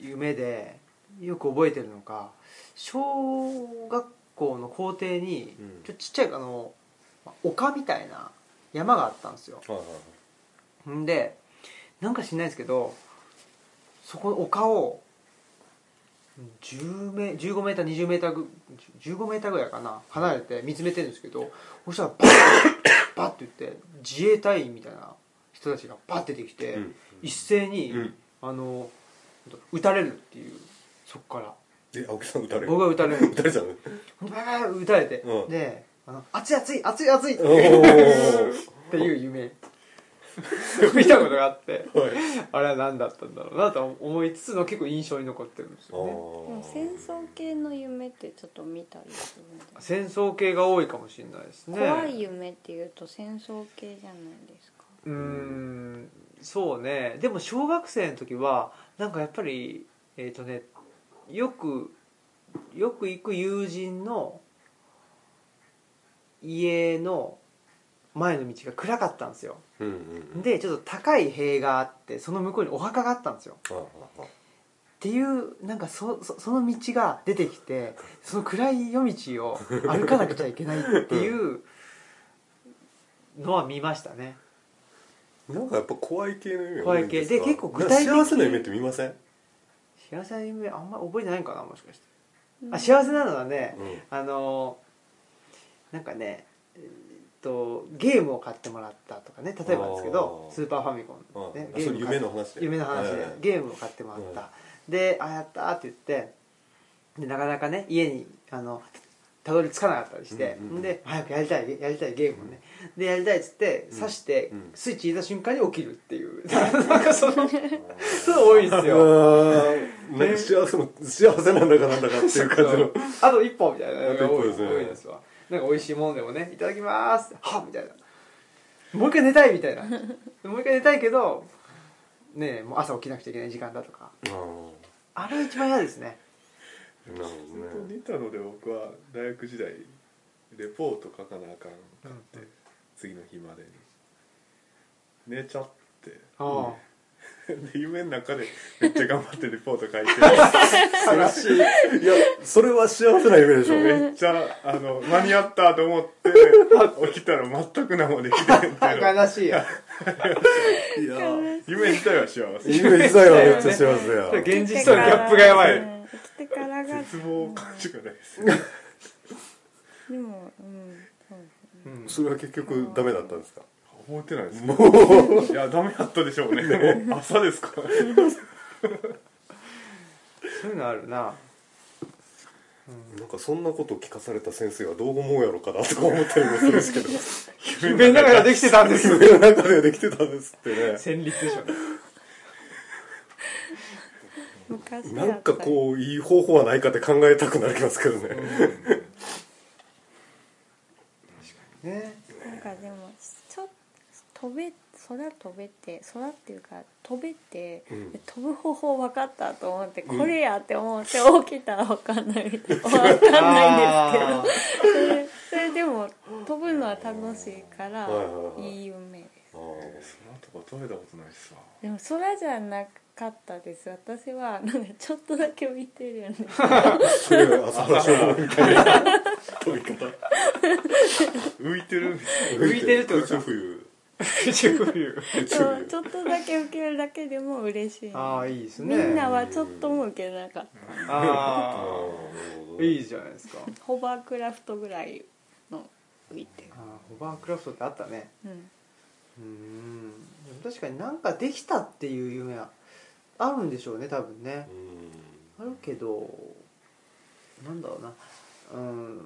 [SPEAKER 1] ーい夢でよく覚えてるのが小学校の校庭に
[SPEAKER 3] うん
[SPEAKER 1] ちょっとちっちゃいあの丘みたいな山があったんですよ
[SPEAKER 3] はいはいはい
[SPEAKER 1] んでなんか知んないですけどそこの丘を10メ15メーター20メーターぐ15メーターぐらいかな離れて見つめてるんですけどそしたらバッバッて言って自衛隊員みたいな人たちがバッて出てきて、
[SPEAKER 3] うん
[SPEAKER 1] 一斉に、
[SPEAKER 3] うん
[SPEAKER 1] あの撃たれるっていうそっから
[SPEAKER 3] え青木さん撃たれ
[SPEAKER 1] 僕が撃たれる
[SPEAKER 3] 撃たれたの
[SPEAKER 1] ほんとバーッ撃たれて、
[SPEAKER 3] うん
[SPEAKER 1] であの「熱い熱い熱い熱い!」
[SPEAKER 3] おー
[SPEAKER 1] っていう
[SPEAKER 3] [laughs]
[SPEAKER 1] 夢見たことがあって
[SPEAKER 3] はい
[SPEAKER 1] あれは何だったんだろうなと思いつつの結構印象に残ってるんですよね
[SPEAKER 2] でも戦争系の夢ってちょっと見たりするんで
[SPEAKER 1] 戦争系が多いかもしれないですね
[SPEAKER 2] 怖い夢っていうと戦争系じゃないですか
[SPEAKER 1] うーんそうねでも小学生の時はなんかやっぱりえっ、とねよくよく行く友人の家の前の道が暗かったんですよ
[SPEAKER 3] うんうんうん
[SPEAKER 1] でちょっと高い塀があってその向こうにお墓があったんですよ
[SPEAKER 3] ああああ
[SPEAKER 1] っていうなんかそそその道が出てきてその暗い夜道を歩かなくちゃいけないっていうのは見ましたね
[SPEAKER 3] なんかやっぱ怖い系の夢
[SPEAKER 1] 怖い系で結構具体的
[SPEAKER 3] 幸せな夢って見ません、
[SPEAKER 1] 幸せな夢あんまり覚えてないんかなもしかして
[SPEAKER 2] うん
[SPEAKER 1] あ幸せなのはね
[SPEAKER 3] うん、
[SPEAKER 1] あのなんかねえーっとゲームを買ってもらったとかね例えばですけど
[SPEAKER 3] あー
[SPEAKER 1] スーパーファミコン、
[SPEAKER 3] あ
[SPEAKER 1] ね、
[SPEAKER 3] あそれ
[SPEAKER 1] を買
[SPEAKER 3] 夢
[SPEAKER 1] っ
[SPEAKER 3] の話で
[SPEAKER 1] 夢の話で、
[SPEAKER 3] はいはい
[SPEAKER 1] ゲームを買ってもらった、で「あやった」って言ってでなかなかね家にあのたどり着かなかったりして、
[SPEAKER 3] うんうんうん
[SPEAKER 1] で早くやりたいやりたいゲームをね、でやりたいっつって
[SPEAKER 3] うん
[SPEAKER 1] 刺して、
[SPEAKER 3] うん
[SPEAKER 1] スイッチ入れた瞬間に起きるっていう [laughs] なんかそのそう多いんですよ
[SPEAKER 3] ああなんか幸せの幸せなんだかなんだかっていう感じの
[SPEAKER 1] [laughs] あと一本みたいなのが多い
[SPEAKER 3] あと一本ですね
[SPEAKER 1] 多いですわなんか美味しいものでもね「いただきます」はっみたいなもう一回寝たいみたいなもう一回寝たいけどねえもう朝起きなくちゃいけない時間だとか
[SPEAKER 3] あ
[SPEAKER 1] あれが一番嫌ですね
[SPEAKER 3] あなるほ
[SPEAKER 4] ずっと
[SPEAKER 3] どね
[SPEAKER 4] 似たので僕は大学時代レポート書かなあかんかって、
[SPEAKER 1] うん
[SPEAKER 4] 次の日までに寝ちゃって
[SPEAKER 1] ああ
[SPEAKER 4] で夢の中でめっちゃ頑張ってレポート書いて
[SPEAKER 1] 悲しい
[SPEAKER 3] いやそれは幸せな夢でしょ
[SPEAKER 4] めっちゃあの間に合ったと思って起きたら全く何もできないみたいな
[SPEAKER 1] 悲しいよ
[SPEAKER 3] いや
[SPEAKER 4] 夢自体は幸せ
[SPEAKER 3] 夢自体はめっちゃ幸せや
[SPEAKER 1] 現実とのギャップがやばい
[SPEAKER 2] うん生きてからが
[SPEAKER 4] 絶望を感じがないです
[SPEAKER 2] でもうんそう
[SPEAKER 3] それは結局ダメだったんですか
[SPEAKER 4] 覚えてないですもういやダメだったでしょうねもう朝ですか
[SPEAKER 1] そういうのあるな
[SPEAKER 3] なんかそんなことを聞かされた先生はどう思うやろかなとか思ったりもするんですけど
[SPEAKER 1] 夢の中ができてたんです
[SPEAKER 3] 夢の中でできてたんですってね
[SPEAKER 5] 戦慄でしょ
[SPEAKER 2] 昔は
[SPEAKER 3] なんかこういい方法はないかって考えたくなりますけどね、
[SPEAKER 1] ね
[SPEAKER 2] なんかでもちょ飛べ空飛べって空っていうか飛べって、
[SPEAKER 3] うん
[SPEAKER 2] 飛ぶ方法分かったと思って、これやって思って起きたら分かん
[SPEAKER 3] [laughs]
[SPEAKER 2] ない分かんないんですけど
[SPEAKER 1] あー
[SPEAKER 2] それそれでも飛ぶのは楽しいから
[SPEAKER 3] はいはいはい
[SPEAKER 2] いい夢です
[SPEAKER 3] あ
[SPEAKER 4] えーそのとこ食べたことないっすわ
[SPEAKER 2] でも空じゃなかったです私はなんかちょっとだけ浮いてるよね
[SPEAKER 3] あそれ朝原消防みたいな飛び方
[SPEAKER 4] 浮いてるみたい
[SPEAKER 5] 浮いてるってことか
[SPEAKER 3] 空中浮遊空
[SPEAKER 2] で
[SPEAKER 3] 中浮
[SPEAKER 2] も
[SPEAKER 3] 遊
[SPEAKER 2] ちょっとだけ浮けるだけでも嬉しい、
[SPEAKER 1] ああいいですね
[SPEAKER 2] みんなはちょっとも浮けなかった
[SPEAKER 3] あ
[SPEAKER 1] ああ
[SPEAKER 3] ー
[SPEAKER 1] いいじゃないですか
[SPEAKER 2] ホバークラフトぐらいの浮いてる
[SPEAKER 1] あ、ーホバークラフトってあったね
[SPEAKER 2] うん、
[SPEAKER 1] うんでも確かになんかできたっていう夢はあるんでしょうね多分ねあるけどなんだろうなうん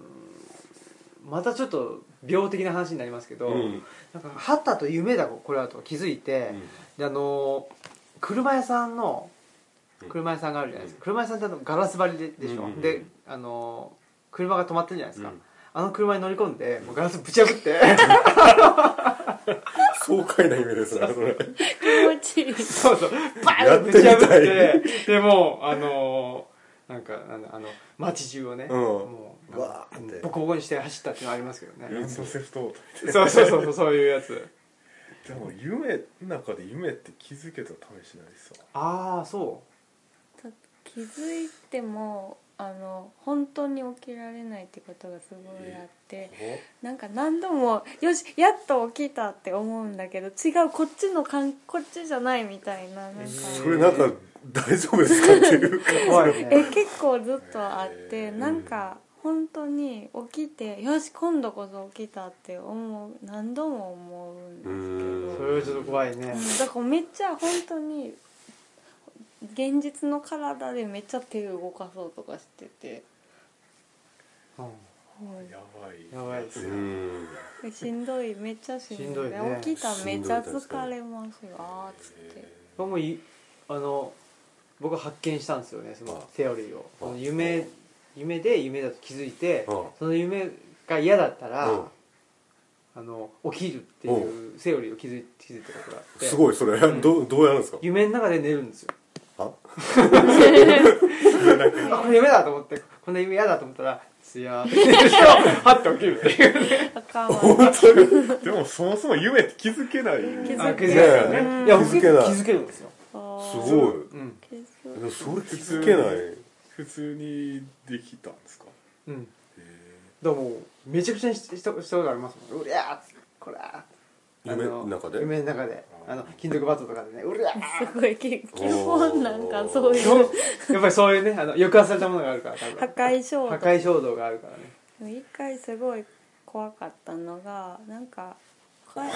[SPEAKER 1] またちょっと病的な話になりますけど、
[SPEAKER 3] うんうん
[SPEAKER 1] なんかハッタと夢だこれはと気づいて、であの車屋さんの
[SPEAKER 3] うん
[SPEAKER 1] 車屋さんがあるじゃないですか、車屋さんってあのガラス張りででしょ、
[SPEAKER 3] うんうんうん
[SPEAKER 1] であの車が止まってるじゃないですか、
[SPEAKER 3] うん
[SPEAKER 1] あの車に乗り込んでもうガラスぶち破って
[SPEAKER 3] 爽快な夢ですねそれ
[SPEAKER 2] 気持ちいい
[SPEAKER 1] [laughs] そうそう、バー
[SPEAKER 3] や
[SPEAKER 1] ン
[SPEAKER 3] っ
[SPEAKER 1] ぶ
[SPEAKER 3] て
[SPEAKER 1] ち
[SPEAKER 3] みたい
[SPEAKER 1] 破って、でもう、あのー、なんか、なんだ、あの、街中をね、
[SPEAKER 3] うん
[SPEAKER 1] もう、
[SPEAKER 3] わーって
[SPEAKER 1] ボコボコにして走ったっていうのありますけど
[SPEAKER 4] なラ
[SPEAKER 1] ね。
[SPEAKER 4] ンドセフト
[SPEAKER 1] そうそうそうそう、そういうやつ。
[SPEAKER 4] でも夢の中で夢って気づけた試しないっすわ
[SPEAKER 1] ああ、そ
[SPEAKER 2] ちょっと気づいてもあの本当に起きられないってことがすごいあってなんか何度も「よしやっと起きた」って思うんだけど違うこっちのかんこっちじゃないみたいななんか
[SPEAKER 3] それなんか大丈夫ですかっていうか
[SPEAKER 1] う。怖い
[SPEAKER 2] え
[SPEAKER 1] ね。
[SPEAKER 2] 結構ずっとあって
[SPEAKER 3] へー
[SPEAKER 2] なんか本当に起きて「よし今度こそ起きた」って思う何度も思うんですけど。
[SPEAKER 1] それはちょっと怖いね。
[SPEAKER 2] だからめっちゃ本当に現実の体でめっちゃ手動かそうとかしてて、
[SPEAKER 1] うん
[SPEAKER 2] うん
[SPEAKER 4] やばい
[SPEAKER 1] やばいっす
[SPEAKER 3] う
[SPEAKER 1] よ。
[SPEAKER 3] ん
[SPEAKER 2] しんどいめっちゃしんどい
[SPEAKER 1] しんどいね
[SPEAKER 2] 起きたらめっちゃ疲れますよあーっつって
[SPEAKER 1] 僕もい、あの、僕は発見したんですよね、そのセオリーを。
[SPEAKER 3] あ
[SPEAKER 1] その夢、夢で夢だと気づいて
[SPEAKER 3] あ、
[SPEAKER 1] その夢が嫌だった
[SPEAKER 3] うん
[SPEAKER 1] ら、あの起きるっていうセオリーを気づい気づいたことがあって
[SPEAKER 3] すごいそれどうどうやるんですか
[SPEAKER 1] 夢の中で寝るんですよ [laughs]
[SPEAKER 3] あ
[SPEAKER 1] あこれ夢だと思ってこんな夢嫌だと思ったらすやーって寝ると [laughs] はって起きるっていう
[SPEAKER 2] あ [laughs] かんわ
[SPEAKER 4] でもそもそも夢って気づけない
[SPEAKER 2] 気
[SPEAKER 1] あ
[SPEAKER 2] づ
[SPEAKER 1] 気づけ
[SPEAKER 2] けない
[SPEAKER 1] るよね
[SPEAKER 2] うん
[SPEAKER 1] いや
[SPEAKER 3] 気
[SPEAKER 1] 気づ
[SPEAKER 3] づけ
[SPEAKER 1] け
[SPEAKER 3] ない
[SPEAKER 1] 気づけるんですよ、
[SPEAKER 2] あ
[SPEAKER 3] す
[SPEAKER 2] ー
[SPEAKER 3] ごい
[SPEAKER 1] うん
[SPEAKER 2] 気づ
[SPEAKER 3] で
[SPEAKER 2] け
[SPEAKER 3] もそれ気づけない
[SPEAKER 4] 普通にできたんですか
[SPEAKER 1] うん、だか
[SPEAKER 4] へ
[SPEAKER 1] らもうめちゃくちゃにししたしたことありますもんうりゃーこらー
[SPEAKER 3] 夢
[SPEAKER 1] あ
[SPEAKER 3] の中で
[SPEAKER 1] 夢の中であの金属バットとかでねうりゃー
[SPEAKER 2] すごい基基本なんかそうい
[SPEAKER 1] 基本
[SPEAKER 2] う
[SPEAKER 1] やっぱりそういうねあの抑圧されたものがあるから多分
[SPEAKER 2] 破壊衝
[SPEAKER 1] 破
[SPEAKER 2] 動
[SPEAKER 1] 壊衝動があるからね
[SPEAKER 2] でも一回すごい怖かったのがなんか怖い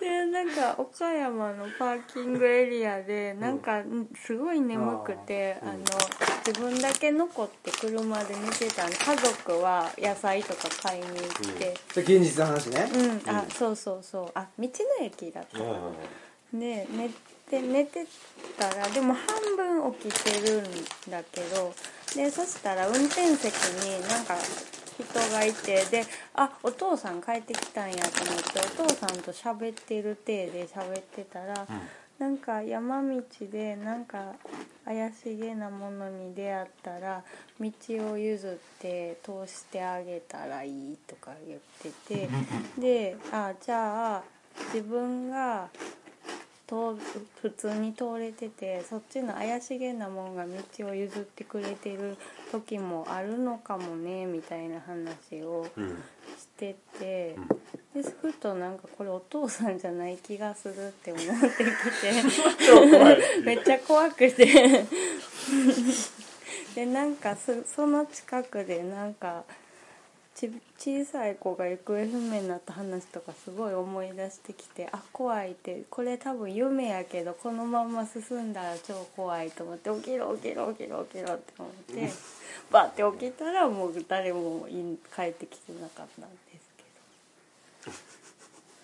[SPEAKER 2] でなんか岡山のパーキングエリアでなんかすごい眠くて、あの自分だけ残って車で寝てたんで家族は野菜とか買いに行って、
[SPEAKER 1] それ現実の話ね
[SPEAKER 2] うんあそうそうそうあ道の駅だったかなで寝て寝てたらでも半分起きてるんだけどでそしたら運転席になんか人がいてであお父さん帰ってきたんやと思ってお父さんと喋ってる体で喋ってたら、なんか山道でなんか怪しげなものに出会ったら道を譲って通してあげたらいいとか言っててであじゃあ自分が通普通に通れててそっちの怪しげなもんが道を譲ってくれてる時もあるのかもねみたいな話を
[SPEAKER 3] うん
[SPEAKER 2] してて、でふとなんかこれお父さんじゃない気がするって思ってきてめっちゃ怖くて [laughs] でなんかそその近くでなんかち小さい子が行方不明になった話とかすごい思い出してきてあ怖いってこれ多分夢やけどこのまま進んだら超怖いと思って起きろ起きろ起きろ起きろって思ってバッて起きたらもう誰もいん帰ってきてなかったんですけ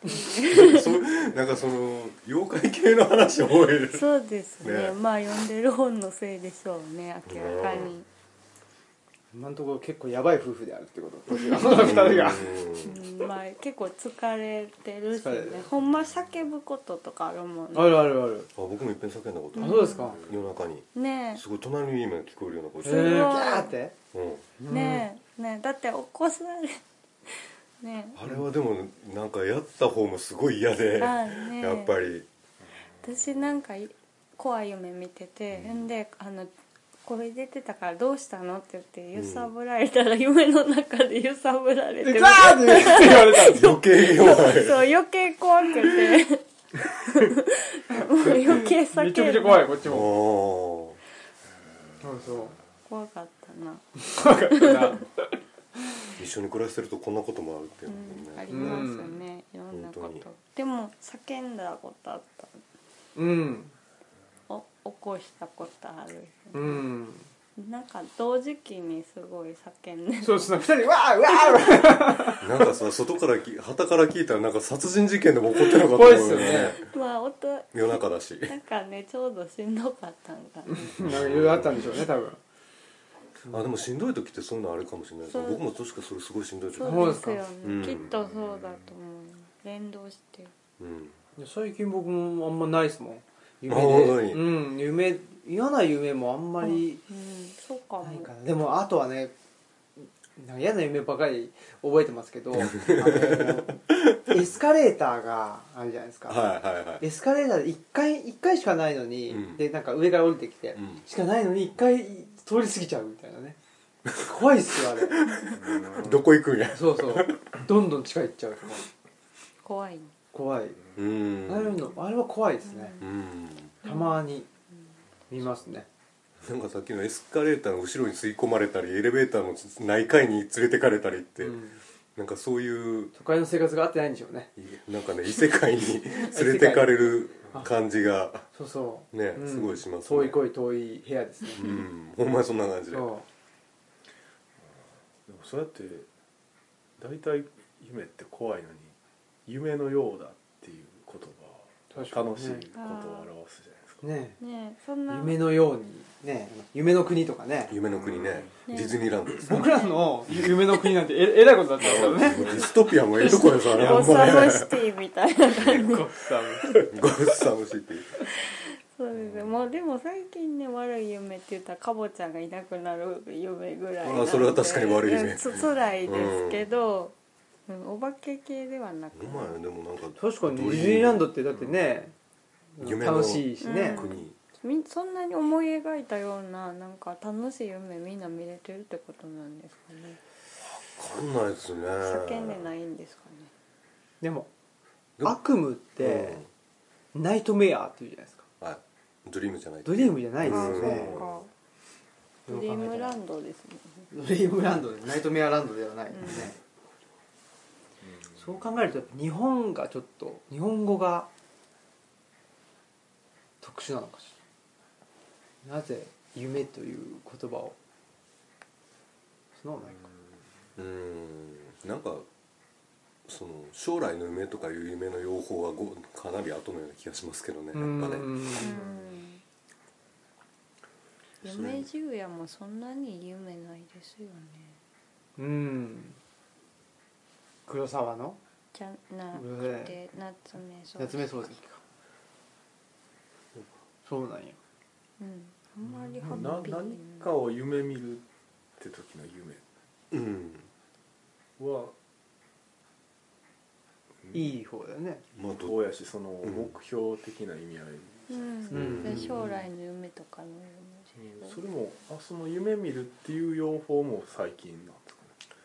[SPEAKER 3] そうなんかその妖怪系の話多いで
[SPEAKER 2] ど
[SPEAKER 3] [laughs] す
[SPEAKER 2] そうですね
[SPEAKER 3] ね
[SPEAKER 2] まあ読んでる本のせいでしょうね明らかに
[SPEAKER 1] 今のところ結構やばい夫婦で [laughs] あるってこと年が二人が
[SPEAKER 2] うんまあ結構疲れてるしね
[SPEAKER 1] 疲れてる
[SPEAKER 2] ほんま叫ぶこととかあるもんね
[SPEAKER 1] あるあるある
[SPEAKER 3] あ僕もいっぺん叫んだこと
[SPEAKER 1] あ
[SPEAKER 3] あ
[SPEAKER 1] そう
[SPEAKER 3] る
[SPEAKER 1] ですか
[SPEAKER 3] 夜中に
[SPEAKER 2] ね
[SPEAKER 3] すごい隣の家まで聞こえるような声
[SPEAKER 1] へえ
[SPEAKER 2] すごい
[SPEAKER 1] ギャーって
[SPEAKER 3] うん
[SPEAKER 2] えねえねえだって起こされね
[SPEAKER 3] あれはでもなんかやった方もすごい嫌
[SPEAKER 2] え
[SPEAKER 3] で
[SPEAKER 2] ああ
[SPEAKER 3] や
[SPEAKER 2] ねえ
[SPEAKER 3] っぱり
[SPEAKER 2] 私なんかい怖い夢見てて、ん、であのこれ出てたからどうしたのって言って揺さぶられたら、夢の中で揺さぶられて
[SPEAKER 1] でガーって言われたんです
[SPEAKER 3] 余計弱い
[SPEAKER 2] そう余計怖くて
[SPEAKER 1] [laughs]
[SPEAKER 2] もう余計叫ん
[SPEAKER 1] め
[SPEAKER 2] で
[SPEAKER 1] ちゃくちゃ怖いこっち
[SPEAKER 3] あ
[SPEAKER 1] もそ
[SPEAKER 3] ー
[SPEAKER 1] うそう
[SPEAKER 2] 怖かったな、、
[SPEAKER 3] 一緒に暮らしてるとこんなこともあるっていううんの
[SPEAKER 2] あり
[SPEAKER 3] ね
[SPEAKER 2] ますね、いろんなこ
[SPEAKER 3] 本当に
[SPEAKER 2] とでも叫んだことあった
[SPEAKER 1] うん
[SPEAKER 2] お起こしたことある、
[SPEAKER 1] うん
[SPEAKER 2] なんか同時期にすごい叫んで
[SPEAKER 1] そうですね二人わーわーわー
[SPEAKER 3] なんかさ外からき旗から聞いたらなんか殺人事件でも起こってなかった
[SPEAKER 1] 怖いっすよね
[SPEAKER 2] まあ音
[SPEAKER 3] 夜中だし
[SPEAKER 2] なんかねちょうどしんどかったんかな
[SPEAKER 1] なんかいろいろあったんでしょうね多分
[SPEAKER 3] あでもしんどい時ってそういうのあるかもしれないです
[SPEAKER 2] そう
[SPEAKER 3] 僕も確かそれすごいしんどい時
[SPEAKER 1] う
[SPEAKER 2] そうですよね
[SPEAKER 3] うん
[SPEAKER 2] きっとそうだと思う連動して
[SPEAKER 3] うん
[SPEAKER 1] いや最近僕もあんまないですもん夢
[SPEAKER 3] あ本当
[SPEAKER 1] で
[SPEAKER 3] に
[SPEAKER 1] うん夢嫌な夢もあんまり
[SPEAKER 2] うんそうかも
[SPEAKER 1] ないかなでもあとはねなんか嫌な夢ばかり覚えてますけどあ
[SPEAKER 3] [laughs]
[SPEAKER 1] のエスカレーターがあるじゃないですか、
[SPEAKER 3] はいはいはい
[SPEAKER 1] エスカレーターで1階一階しかないのに、
[SPEAKER 3] うん
[SPEAKER 1] でなんか上から降りてきて、
[SPEAKER 3] うん
[SPEAKER 1] しかないのに1階通り過ぎちゃうみたいなね怖いっすよあれ
[SPEAKER 3] [laughs] どこ行くんや
[SPEAKER 1] そうそうどんどん近いっちゃう
[SPEAKER 2] 怖い
[SPEAKER 1] 怖い、
[SPEAKER 3] うん
[SPEAKER 1] あれのあれは怖いですね、
[SPEAKER 3] うん
[SPEAKER 1] たまに見ますね
[SPEAKER 3] なんかさっきのエスカレーターの後ろに吸い込まれたりエレベーターの内階に連れてかれたりって、
[SPEAKER 1] うん
[SPEAKER 3] なんかそういう
[SPEAKER 1] 都会の生活が合ってないんでしょうね
[SPEAKER 3] なんかね異世界に [laughs] 連れてかれる感じが
[SPEAKER 1] そうそう
[SPEAKER 3] ね
[SPEAKER 1] うん
[SPEAKER 3] すごいしますね
[SPEAKER 1] 遠い恋遠い部屋ですね
[SPEAKER 3] うんほんまにそんな感じで
[SPEAKER 1] そ
[SPEAKER 4] でもそうやって大体夢って怖いのに夢のようだっていう言
[SPEAKER 1] 確か
[SPEAKER 4] 葉
[SPEAKER 1] にね
[SPEAKER 4] 楽しいことを表すじゃないです
[SPEAKER 1] う
[SPEAKER 4] か、
[SPEAKER 1] ね
[SPEAKER 2] ねえそんな
[SPEAKER 1] 夢のようにね夢の国とかね
[SPEAKER 3] 夢の国ね
[SPEAKER 2] うん
[SPEAKER 3] ディズニーランドですね
[SPEAKER 1] 僕らの夢の国なんてええらいことだったんですよ
[SPEAKER 3] デ
[SPEAKER 1] ね
[SPEAKER 3] ィストピアもええとこやさ
[SPEAKER 2] ゴ
[SPEAKER 3] な
[SPEAKER 2] ッサム
[SPEAKER 3] [laughs]
[SPEAKER 2] シティみたいな感じ
[SPEAKER 3] ゴッサムシティ
[SPEAKER 2] そうですねもうでも最近ね悪い夢って言ったらかぼちゃんがいなくなる夢ぐらいなので
[SPEAKER 3] あそれは確かに悪い夢
[SPEAKER 2] うんつ辛いですけど、うんお化け系ではなく
[SPEAKER 3] うまいねでもなんか
[SPEAKER 1] [laughs] 確かにディズニーランドってだってね
[SPEAKER 3] 夢の
[SPEAKER 1] 楽しいしね
[SPEAKER 2] うん
[SPEAKER 3] 国
[SPEAKER 2] みそんなに思い描いたようななんか楽しい夢みんな見れてるってことなんですかね
[SPEAKER 3] わかんないですね
[SPEAKER 2] 叫んでないんですかね
[SPEAKER 1] でも
[SPEAKER 3] でも
[SPEAKER 1] 悪夢ってナイトメアっていうじゃないですか
[SPEAKER 3] うんはいドリームじゃない
[SPEAKER 1] ドリームじゃない
[SPEAKER 2] あ
[SPEAKER 1] です
[SPEAKER 2] あ
[SPEAKER 1] よ
[SPEAKER 2] そ
[SPEAKER 1] ね
[SPEAKER 2] うかドリームランドですね
[SPEAKER 1] ドリームランドでナイトメアランドではないもんね、そう考えるとやっぱ日本がちょっと日本語が特殊なのかしらなぜ夢という言葉をそんなことないか
[SPEAKER 3] うんなんかその将来の夢とかいう夢の用法はごかなり後のような気がしますけどねやっぱ
[SPEAKER 1] う
[SPEAKER 3] ね
[SPEAKER 1] ん
[SPEAKER 2] うん夢十夜もそんなに夢ないですよね
[SPEAKER 1] うん黒沢の
[SPEAKER 2] じゃな
[SPEAKER 1] う
[SPEAKER 2] く
[SPEAKER 1] え
[SPEAKER 2] て夏目漱
[SPEAKER 1] 夏目漱石かそうなんや
[SPEAKER 2] うんあんまりハ
[SPEAKER 4] まあな
[SPEAKER 2] ッピー
[SPEAKER 4] 何かを夢見るって時の夢
[SPEAKER 3] うん
[SPEAKER 4] は、
[SPEAKER 1] いい方だよね
[SPEAKER 3] まあど
[SPEAKER 4] どうやしその目標的な意味合い、
[SPEAKER 1] う
[SPEAKER 2] うん
[SPEAKER 1] ん
[SPEAKER 2] で将来の夢とかの夢です
[SPEAKER 4] そ
[SPEAKER 2] よ
[SPEAKER 4] れもあその夢見るっていう用法も最近なんですかね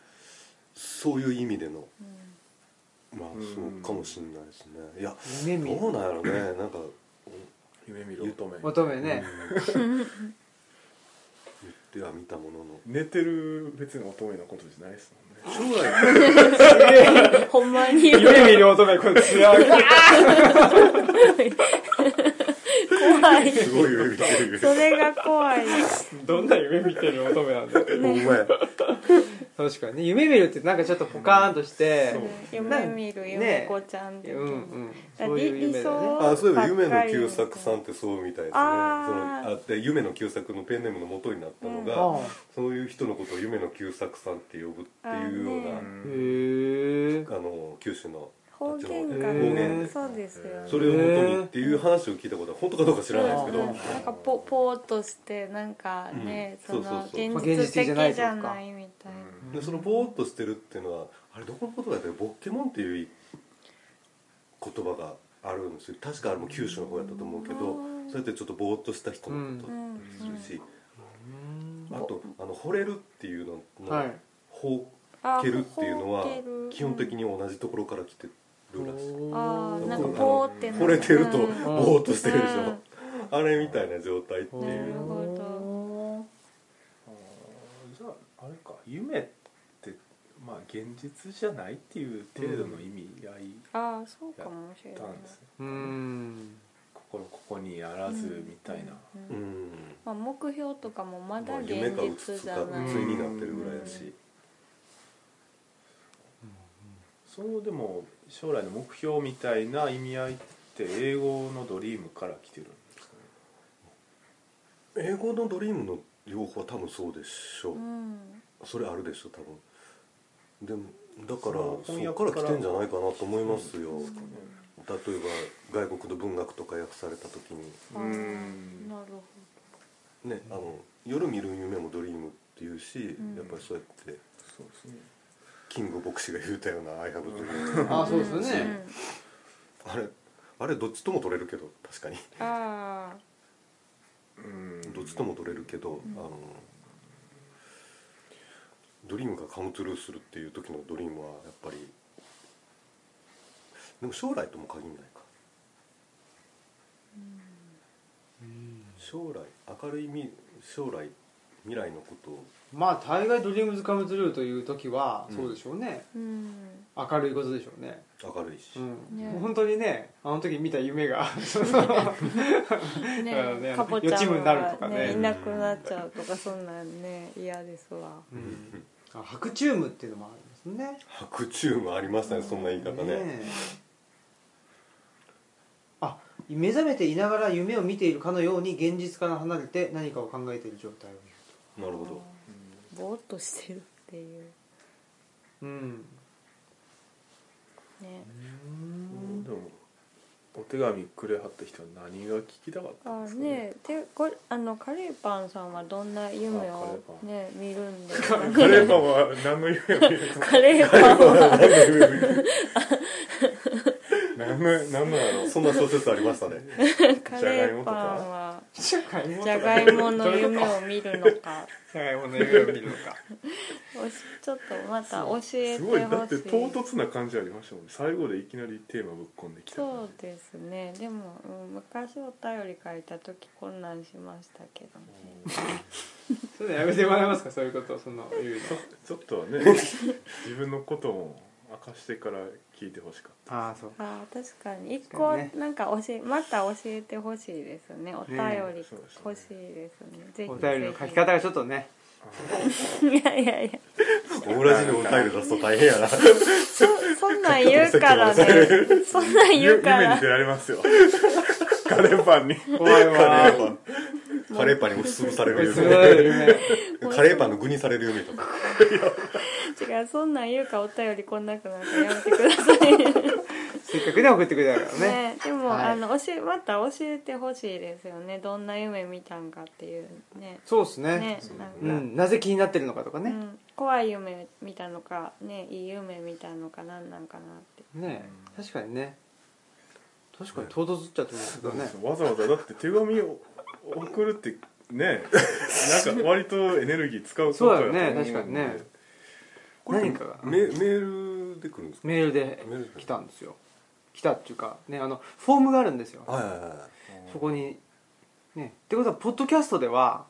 [SPEAKER 3] そういう意味での
[SPEAKER 2] うん
[SPEAKER 3] まあ
[SPEAKER 4] うん
[SPEAKER 3] そうかもしれないですねいや
[SPEAKER 1] 夢見
[SPEAKER 3] どうなんやろうねなんか
[SPEAKER 4] 夢見る乙女
[SPEAKER 1] 乙女ね、
[SPEAKER 3] うんっては見たもの
[SPEAKER 1] [laughs]
[SPEAKER 3] の
[SPEAKER 4] 寝てる別に乙女のことじゃないですもんね
[SPEAKER 3] 将
[SPEAKER 2] [laughs]
[SPEAKER 3] 来
[SPEAKER 2] ほんまに
[SPEAKER 1] 夢見る乙女これ強い
[SPEAKER 2] 怖い
[SPEAKER 3] すごい夢見てる
[SPEAKER 2] それが怖い
[SPEAKER 1] どんな夢見てる乙女なんだよ
[SPEAKER 3] [laughs] お前
[SPEAKER 1] 確かにね夢見るってなんかちょっとポカーンとして
[SPEAKER 2] 夢見る夢子ちゃんって
[SPEAKER 1] うんうんそう
[SPEAKER 2] 理
[SPEAKER 1] いう夢だよね
[SPEAKER 2] 理
[SPEAKER 3] あそういえば夢の旧作さんってそうみたいですねその
[SPEAKER 2] あー
[SPEAKER 3] あで夢の旧作のペンネームの元になったのが、
[SPEAKER 1] ああ
[SPEAKER 3] そういう人のことを夢の旧作さんって呼ぶっていうような
[SPEAKER 2] あー
[SPEAKER 3] あ,、
[SPEAKER 2] ね
[SPEAKER 4] う
[SPEAKER 1] へ
[SPEAKER 4] ん
[SPEAKER 1] え
[SPEAKER 3] の九州の
[SPEAKER 2] 方言が
[SPEAKER 1] へ
[SPEAKER 2] ね
[SPEAKER 1] ー
[SPEAKER 2] そうですよね
[SPEAKER 3] それを元にっていう話を聞いたことは本当かどうか知らないですけど、
[SPEAKER 1] うん
[SPEAKER 2] なんかポポーっとしてなんかね、
[SPEAKER 3] う
[SPEAKER 2] その
[SPEAKER 3] んそうそうそう
[SPEAKER 1] 現
[SPEAKER 2] 現
[SPEAKER 1] 実
[SPEAKER 2] 実
[SPEAKER 1] 的
[SPEAKER 2] 的
[SPEAKER 1] じ
[SPEAKER 2] じ
[SPEAKER 1] ゃ
[SPEAKER 2] ゃ
[SPEAKER 1] な
[SPEAKER 2] ないい
[SPEAKER 1] とか
[SPEAKER 2] みたいな
[SPEAKER 3] でそのぼーっとしてるっていうのはあれどこのことだったっけボッケモンっていう言葉があるんですよ確かあれも九州の方やったと思うけど
[SPEAKER 2] うん
[SPEAKER 3] そうやってちょっとぼーっとした人のこと
[SPEAKER 2] う
[SPEAKER 3] だ
[SPEAKER 2] ん
[SPEAKER 3] ったりするし、あとあの惚れるっていうのの、
[SPEAKER 1] はい
[SPEAKER 3] ほ
[SPEAKER 2] あ
[SPEAKER 3] うけるっていうのは
[SPEAKER 2] ほうける
[SPEAKER 3] 基本的に同じところから来てるらしい、
[SPEAKER 2] うんあーなんか
[SPEAKER 3] そう
[SPEAKER 2] ポーってな
[SPEAKER 3] 惚れてると
[SPEAKER 2] うん
[SPEAKER 3] ぼーっとしてるでしょ、
[SPEAKER 2] うん
[SPEAKER 3] あれみたいな状態っていう、
[SPEAKER 2] なるほ
[SPEAKER 1] ど
[SPEAKER 4] あーじゃああれか夢ってまあ現実じゃないっていう程度の意味合い
[SPEAKER 2] ああそうかもしれない
[SPEAKER 4] だったんですね、
[SPEAKER 1] うーん
[SPEAKER 4] 心ここにあらずみたいな、
[SPEAKER 2] うん
[SPEAKER 3] うん
[SPEAKER 2] まあ、目標とかもま
[SPEAKER 3] ま
[SPEAKER 2] だ
[SPEAKER 3] あ、
[SPEAKER 2] 現
[SPEAKER 3] 夢かう
[SPEAKER 2] 実
[SPEAKER 3] つつ
[SPEAKER 2] じゃ
[SPEAKER 3] か
[SPEAKER 2] ない、
[SPEAKER 3] ついになってるぐらいだし、
[SPEAKER 4] そのでも将来の目標みたいな意味合いって英語のドリームから来てるんですかね
[SPEAKER 3] 英語のドリームの両方は多分そうでしょう、
[SPEAKER 2] うん
[SPEAKER 3] それあるでしょ多分でもだから
[SPEAKER 4] その
[SPEAKER 3] そ
[SPEAKER 4] 翻
[SPEAKER 3] こ
[SPEAKER 4] 訳
[SPEAKER 3] から
[SPEAKER 4] から
[SPEAKER 3] 来てんじゃないかなと思いますよ、
[SPEAKER 2] うん
[SPEAKER 3] 例えば外国の文学とか訳された時に
[SPEAKER 2] あー
[SPEAKER 4] うん
[SPEAKER 2] なるほ
[SPEAKER 3] ね、あの夜見る夢もドリームっていうし、
[SPEAKER 2] うん
[SPEAKER 3] やっぱりそうやって
[SPEAKER 4] そうですね
[SPEAKER 3] キング牧師が言うたような「アイハブ」と
[SPEAKER 2] ど
[SPEAKER 1] あーそうですよね
[SPEAKER 2] うん
[SPEAKER 3] あれあれどっちとも取れるけど確かに
[SPEAKER 2] ああ
[SPEAKER 4] うん
[SPEAKER 3] どっちとも取れるけど、あのドリームがカムトゥルーするっていう時のドリームはやっぱりでも将来とも限らないか、将来明るい未将来未来のことを
[SPEAKER 1] まあ大概ドリームズカムズルーという時はそうでしょうね、
[SPEAKER 2] うん
[SPEAKER 1] 明るいことでしょうね
[SPEAKER 3] 明るいし、
[SPEAKER 1] うん、
[SPEAKER 2] ね
[SPEAKER 1] 本当にねあの時見た夢がだからね
[SPEAKER 2] ねかぼち
[SPEAKER 1] 予
[SPEAKER 2] ゃ
[SPEAKER 1] 知夢になると
[SPEAKER 2] ん
[SPEAKER 1] か
[SPEAKER 2] が、
[SPEAKER 1] ね
[SPEAKER 2] ね、いなくなっちゃうとかそんなんね嫌ですわ
[SPEAKER 1] うん [laughs] あ白チュームっていうのもあるんですね
[SPEAKER 3] 白昼夢ありましたねそんな言い方ね
[SPEAKER 1] えあ目覚めていながら夢を見ているかのように現実から離れて何かを考えている状態を見る
[SPEAKER 3] なるほど
[SPEAKER 2] ぼーっとしてるっていう
[SPEAKER 1] うん
[SPEAKER 2] ね
[SPEAKER 4] うんでもお手紙くれはった人は何が聞きたかったん
[SPEAKER 2] あ
[SPEAKER 4] ですか
[SPEAKER 2] ねでこれあのカレーパンさんはどんな夢
[SPEAKER 4] あカレー
[SPEAKER 2] を
[SPEAKER 4] パン
[SPEAKER 2] ね見るんですかね
[SPEAKER 4] カレーパンは何の夢を見るの
[SPEAKER 2] カレーパンは
[SPEAKER 4] 何の何のやろう
[SPEAKER 3] そんな小説ありましたね
[SPEAKER 2] カレーパンは
[SPEAKER 1] じゃがいも
[SPEAKER 2] じゃがいもの夢を見るのか
[SPEAKER 1] じゃがいもの夢を見るのか
[SPEAKER 2] おしちょっとまた教え
[SPEAKER 4] す
[SPEAKER 2] て
[SPEAKER 4] ごいだっ
[SPEAKER 2] ほ
[SPEAKER 4] て
[SPEAKER 2] しい
[SPEAKER 4] 唐突な感じありましたもんね最後でいきなりテーマぶっ込んできた
[SPEAKER 2] そうですねでも、うん、昔お便り書いた時混乱しましたけどね
[SPEAKER 1] [laughs] そういうのやめてもらえますかそういうことその言うの
[SPEAKER 4] ちょっと
[SPEAKER 3] [laughs]
[SPEAKER 4] はね自分のことも明かしてから聞いてほしかっ
[SPEAKER 1] ああそう
[SPEAKER 2] あー確かに一
[SPEAKER 1] そう
[SPEAKER 2] 個
[SPEAKER 1] ね
[SPEAKER 2] なんか教え、また教えてほしいですねお便り
[SPEAKER 4] そうですね
[SPEAKER 2] 欲しいですねぜひ
[SPEAKER 1] お便りの書き方がちょっとね
[SPEAKER 2] ぜ [laughs] ひいやいやいや
[SPEAKER 3] オラジでお便り出すと大変やな
[SPEAKER 2] そそんなん言うからねそんなん
[SPEAKER 4] た
[SPEAKER 2] 言うか
[SPEAKER 4] 夢
[SPEAKER 2] ら
[SPEAKER 4] に出られますよ [laughs] カレーパンに
[SPEAKER 1] 怖 [laughs] い
[SPEAKER 3] カレー
[SPEAKER 1] わ
[SPEAKER 3] パンカレーパンに押しつぶされる
[SPEAKER 1] すごい夢
[SPEAKER 3] カレーパンの具にされる夢とか
[SPEAKER 2] 違うそんなん言うからお便り来なくなるからやめてくださいね
[SPEAKER 1] せっかくね送ってくれたからね
[SPEAKER 2] ねでも、
[SPEAKER 1] はい
[SPEAKER 2] あの教えまた教えてほしいですよねどんな夢見たんかっていうね
[SPEAKER 1] そうです
[SPEAKER 2] ね
[SPEAKER 1] ね
[SPEAKER 2] なんか、
[SPEAKER 1] うんなぜ気になってるのかとか
[SPEAKER 2] う
[SPEAKER 1] ね
[SPEAKER 2] ん、怖い夢見たのかねいい夢見たのかなんなんかなって
[SPEAKER 1] ね確かにね確かに唐突っちゃってますけどね
[SPEAKER 4] わざわざだって手紙を送るって
[SPEAKER 1] [laughs]
[SPEAKER 4] ねなんか割とエネルギー使うこと
[SPEAKER 1] そう
[SPEAKER 4] や
[SPEAKER 1] だ
[SPEAKER 4] と
[SPEAKER 1] よ
[SPEAKER 4] 思うんで
[SPEAKER 1] ね確かにね何かが
[SPEAKER 3] メメールで来るんですか
[SPEAKER 1] メールで
[SPEAKER 3] メールで
[SPEAKER 1] 来たんですよ来たっていうかねあのフォームがあるんですよ
[SPEAKER 3] はいはいはい
[SPEAKER 1] そこにねってことはポッドキャストでは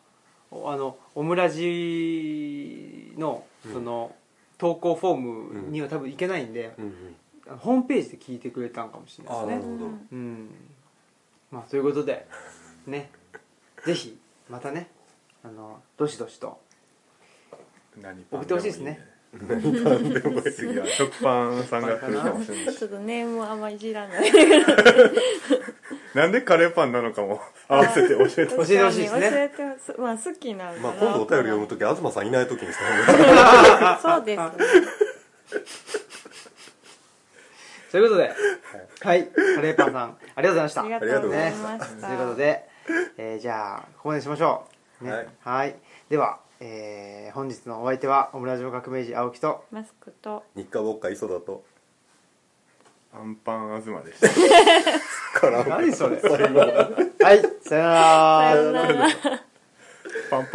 [SPEAKER 1] おあのオムラジの
[SPEAKER 3] うん
[SPEAKER 1] その、投稿フォームには多分いけないんで、
[SPEAKER 3] うんうん
[SPEAKER 1] あのホームページで聞いてくれたんかもしれないですね
[SPEAKER 3] なるほど
[SPEAKER 2] うん
[SPEAKER 1] うんまあということでねぜひまたねあのどしどしと
[SPEAKER 4] 何
[SPEAKER 1] 送
[SPEAKER 4] パン
[SPEAKER 1] ってほしいですね
[SPEAKER 4] 何パ
[SPEAKER 1] [laughs]
[SPEAKER 4] ンでもいい次は食パンさんが来るかもしれない
[SPEAKER 2] ち
[SPEAKER 4] し
[SPEAKER 2] ょっとネームはあんまいじらない
[SPEAKER 4] なんでカレーパンなのかも合わせて教
[SPEAKER 1] [laughs]
[SPEAKER 4] えて
[SPEAKER 1] ほしいですね
[SPEAKER 2] 教えてほしいまあ好きなのかな
[SPEAKER 3] まあ今度お便り読む時東さんいない時にした方が
[SPEAKER 2] そうですね
[SPEAKER 1] ということではいカレーパンさんありがとうございました
[SPEAKER 2] ありがとうございま
[SPEAKER 1] ね
[SPEAKER 2] した
[SPEAKER 1] ということで、えーじゃあここまでにしましょう、ね
[SPEAKER 3] はい
[SPEAKER 1] はいでは、えー本日のお相手はオムラジオ革命児青木と
[SPEAKER 2] マスクと
[SPEAKER 3] 日課ぼっか磯だと
[SPEAKER 4] アンパン東でした
[SPEAKER 1] 何それはいさよなら啊
[SPEAKER 2] さようなら
[SPEAKER 4] パンパン